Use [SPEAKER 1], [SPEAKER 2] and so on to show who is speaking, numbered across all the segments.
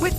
[SPEAKER 1] With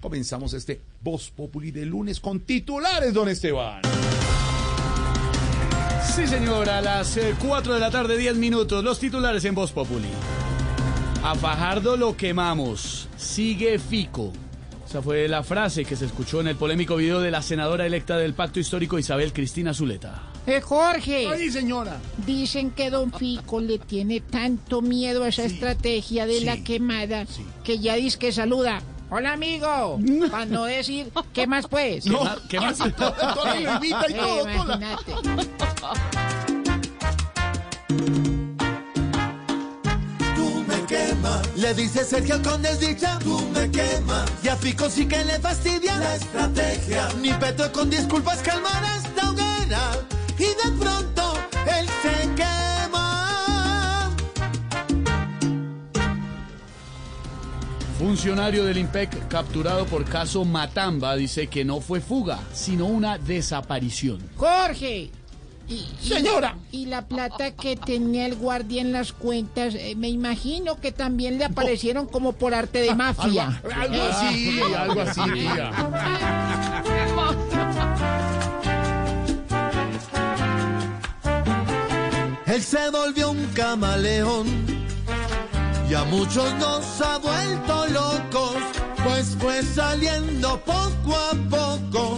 [SPEAKER 2] Comenzamos este Voz Populi de lunes con titulares, don Esteban.
[SPEAKER 3] Sí, señor, a las eh, 4 de la tarde, 10 minutos, los titulares en Voz Populi. A Fajardo lo quemamos, sigue Fico. Esa fue la frase que se escuchó en el polémico video de la senadora electa del Pacto Histórico Isabel Cristina Zuleta.
[SPEAKER 4] Eh, Jorge,
[SPEAKER 2] Sí, señora.
[SPEAKER 4] dicen que Don Fico le tiene tanto miedo a esa estrategia de la quemada que ya dice que saluda. Hola amigo, para no decir qué más pues.
[SPEAKER 3] ¿Qué más? ¿Qué más?
[SPEAKER 2] Tola lo imita y
[SPEAKER 4] Eh,
[SPEAKER 2] todo, Tola.
[SPEAKER 4] imagínate.
[SPEAKER 5] Tú me quemas. Le dice Sergio con desdicha. Tú me quemas. Y a Fico sí que le fastidia la estrategia. Ni Petro con disculpas calmarás la hoguera. Y de pronto él se quema.
[SPEAKER 3] Funcionario del IMPEC capturado por caso Matamba dice que no fue fuga, sino una desaparición.
[SPEAKER 4] Jorge. Y, y-
[SPEAKER 2] Señora.
[SPEAKER 4] Y la plata que tenía el guardia en las cuentas, eh, me imagino que también le aparecieron como por arte de mafia.
[SPEAKER 2] Ah,
[SPEAKER 4] Ah.
[SPEAKER 2] Algo así, algo así, tía.
[SPEAKER 5] Él se volvió un camaleón. Y a muchos nos ha vuelto locos. Pues fue saliendo poco a poco.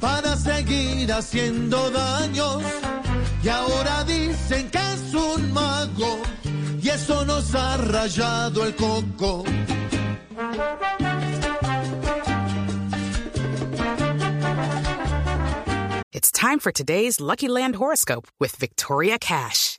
[SPEAKER 5] Para seguir haciendo daños. Y ahora dicen que es un mago. Y eso nos ha rayado el coco.
[SPEAKER 6] It's time for today's Lucky Land horoscope with Victoria Cash.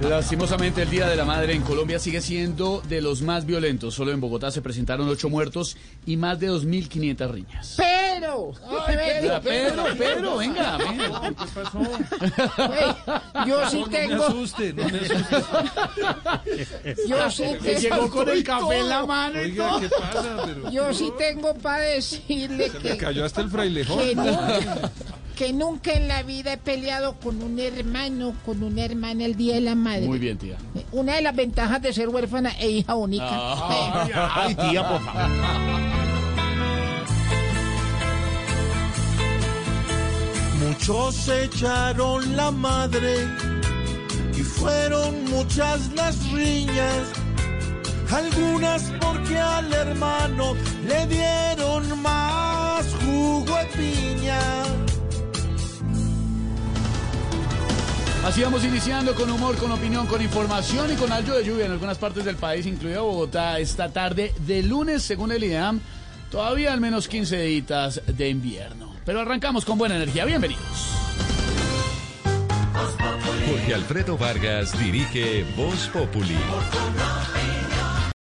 [SPEAKER 3] Lastimosamente, el Día de la Madre en Colombia sigue siendo de los más violentos. Solo en Bogotá se presentaron ocho muertos y más de 2.500 riñas.
[SPEAKER 4] Pero,
[SPEAKER 3] Pedro, Pedro, Pedro, venga, venga.
[SPEAKER 4] eh, yo sí tengo,
[SPEAKER 2] asuste, no me asuste.
[SPEAKER 4] yo sí
[SPEAKER 3] Que
[SPEAKER 4] tengo.
[SPEAKER 3] llegó con el café en la mano. y todo.
[SPEAKER 2] ¿qué pasa? Pero
[SPEAKER 4] Yo sí tengo para decirle que,
[SPEAKER 2] cayó hasta el frailejón.
[SPEAKER 4] que nunca, que nunca en la vida he peleado con un hermano, con una hermana el Día de la Madre.
[SPEAKER 3] Muy bien, tía.
[SPEAKER 4] Una de las ventajas de ser huérfana e hija única. Eh,
[SPEAKER 2] Ay, tía, por favor.
[SPEAKER 5] Muchos echaron la madre y fueron muchas las riñas, algunas porque al hermano le dieron más jugo de piña.
[SPEAKER 3] Así vamos iniciando con humor, con opinión, con información y con algo de lluvia en algunas partes del país, incluida Bogotá, esta tarde de lunes, según el IDEAM. Todavía al menos 15 días de invierno. Pero arrancamos con buena energía. Bienvenidos.
[SPEAKER 7] Jorge Alfredo Vargas dirige Voz Populi.